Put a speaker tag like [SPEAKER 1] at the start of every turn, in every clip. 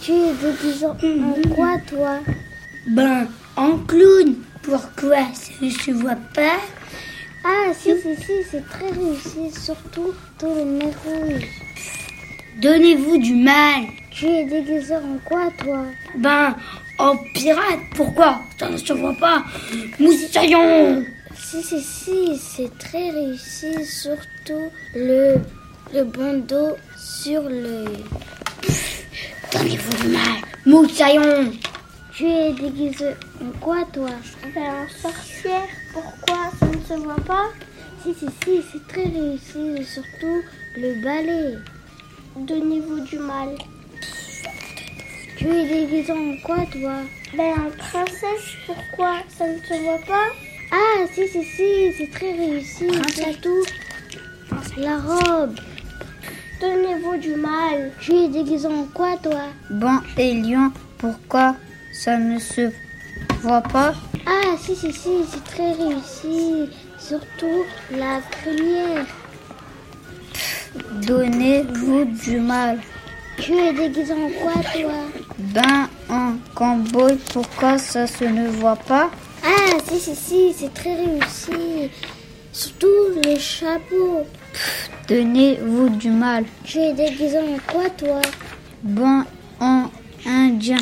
[SPEAKER 1] tu es déguisé en quoi, toi
[SPEAKER 2] Ben, en clown. Pourquoi Ça se voit pas
[SPEAKER 1] Ah, si, si, si, c'est très réussi, surtout dans le nez rouge.
[SPEAKER 2] Donnez-vous du mal.
[SPEAKER 1] Tu es déguisé en quoi, toi
[SPEAKER 2] Ben, en pirate. Pourquoi Ça ne se voit pas. Moussaillon
[SPEAKER 1] Si, si, si, c'est très réussi, surtout le, le bandeau sur l'œil.
[SPEAKER 2] Donnez-vous du mal. Moussaillon
[SPEAKER 1] Tu es déguisé en quoi, toi Eh ben, En sorcière. Pourquoi ça ne se voit pas Si, si, si, c'est très réussi, surtout le balai. Donnez-vous du mal. Tu es déguisé en quoi, toi Ben, en princesse. Pourquoi ça ne se voit pas Ah, si, si, si, c'est très réussi, surtout la robe. Donnez-vous du mal. Tu es déguisé en quoi, toi
[SPEAKER 2] Bon, Ben, et lion, pourquoi ça ne se voit pas
[SPEAKER 1] Ah, si, si, si, c'est très réussi. Surtout la crinière.
[SPEAKER 2] Donnez-vous du mal.
[SPEAKER 1] Tu es déguisé en quoi, toi
[SPEAKER 2] Ben, en cowboy, pourquoi ça se ne voit pas
[SPEAKER 1] Ah, si, si, si, c'est très réussi. Surtout le chapeau.
[SPEAKER 2] Donnez-vous du mal.
[SPEAKER 1] Tu es déguisé en quoi, toi
[SPEAKER 2] Bon, en indien,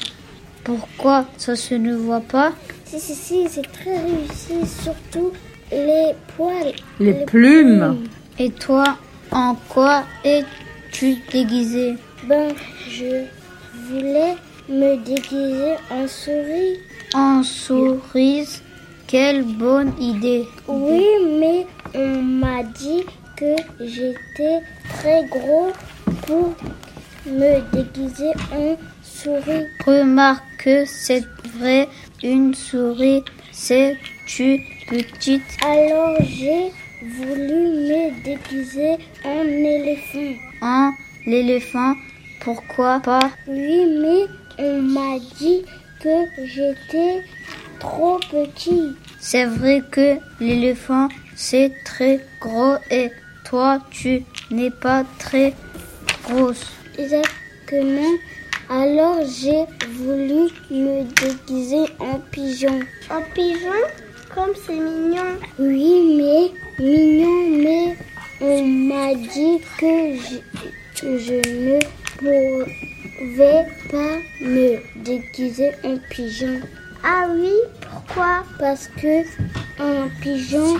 [SPEAKER 2] pourquoi ça se ne voit pas
[SPEAKER 1] Si, si, si, c'est très réussi. Surtout les poils.
[SPEAKER 3] Les plumes.
[SPEAKER 2] Et toi, en quoi es-tu déguisé
[SPEAKER 1] Ben, je voulais me déguiser en souris.
[SPEAKER 2] En souris, quelle bonne idée.
[SPEAKER 1] Oui, mais on m'a dit que j'étais très gros pour me déguiser en souris.
[SPEAKER 2] Remarque que c'est vrai, une souris, c'est une petite
[SPEAKER 1] Alors j'ai voulu me déguiser en éléphant.
[SPEAKER 2] en l'éléphant. Pourquoi pas
[SPEAKER 1] Oui, mais on m'a dit que j'étais trop petit.
[SPEAKER 2] C'est vrai que l'éléphant, c'est très gros et toi, tu n'es pas très grosse.
[SPEAKER 1] Exactement. Alors j'ai voulu me déguiser en pigeon. En pigeon Comme c'est mignon. Oui, mais mignon, mais on m'a dit que je, que je ne pouvais pas me déguiser en pigeon. Ah oui, pourquoi Parce que un pigeon,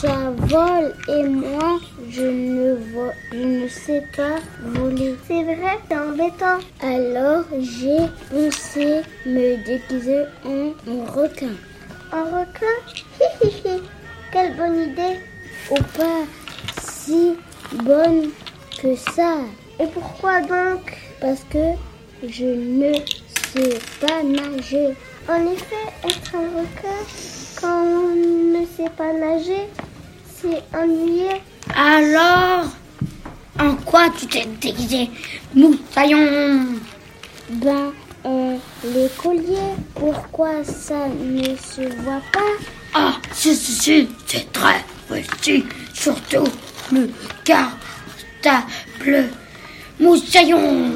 [SPEAKER 1] ça vole et moi, je ne, vo- je ne sais pas voler. C'est vrai, c'est embêtant. Alors, j'ai pensé me déguiser en, en requin. En requin Quelle bonne idée Ou pas si bonne que ça. Et pourquoi donc Parce que je ne sais pas nager. En effet, être un requin quand on ne sait pas nager, c'est ennuyeux.
[SPEAKER 2] Alors, en quoi tu t'es déguisé Moussaillon
[SPEAKER 1] Ben, on les colliers, pourquoi ça ne se voit pas
[SPEAKER 2] Ah, si, si, si, c'est très petit, surtout le cartable. Moussaillon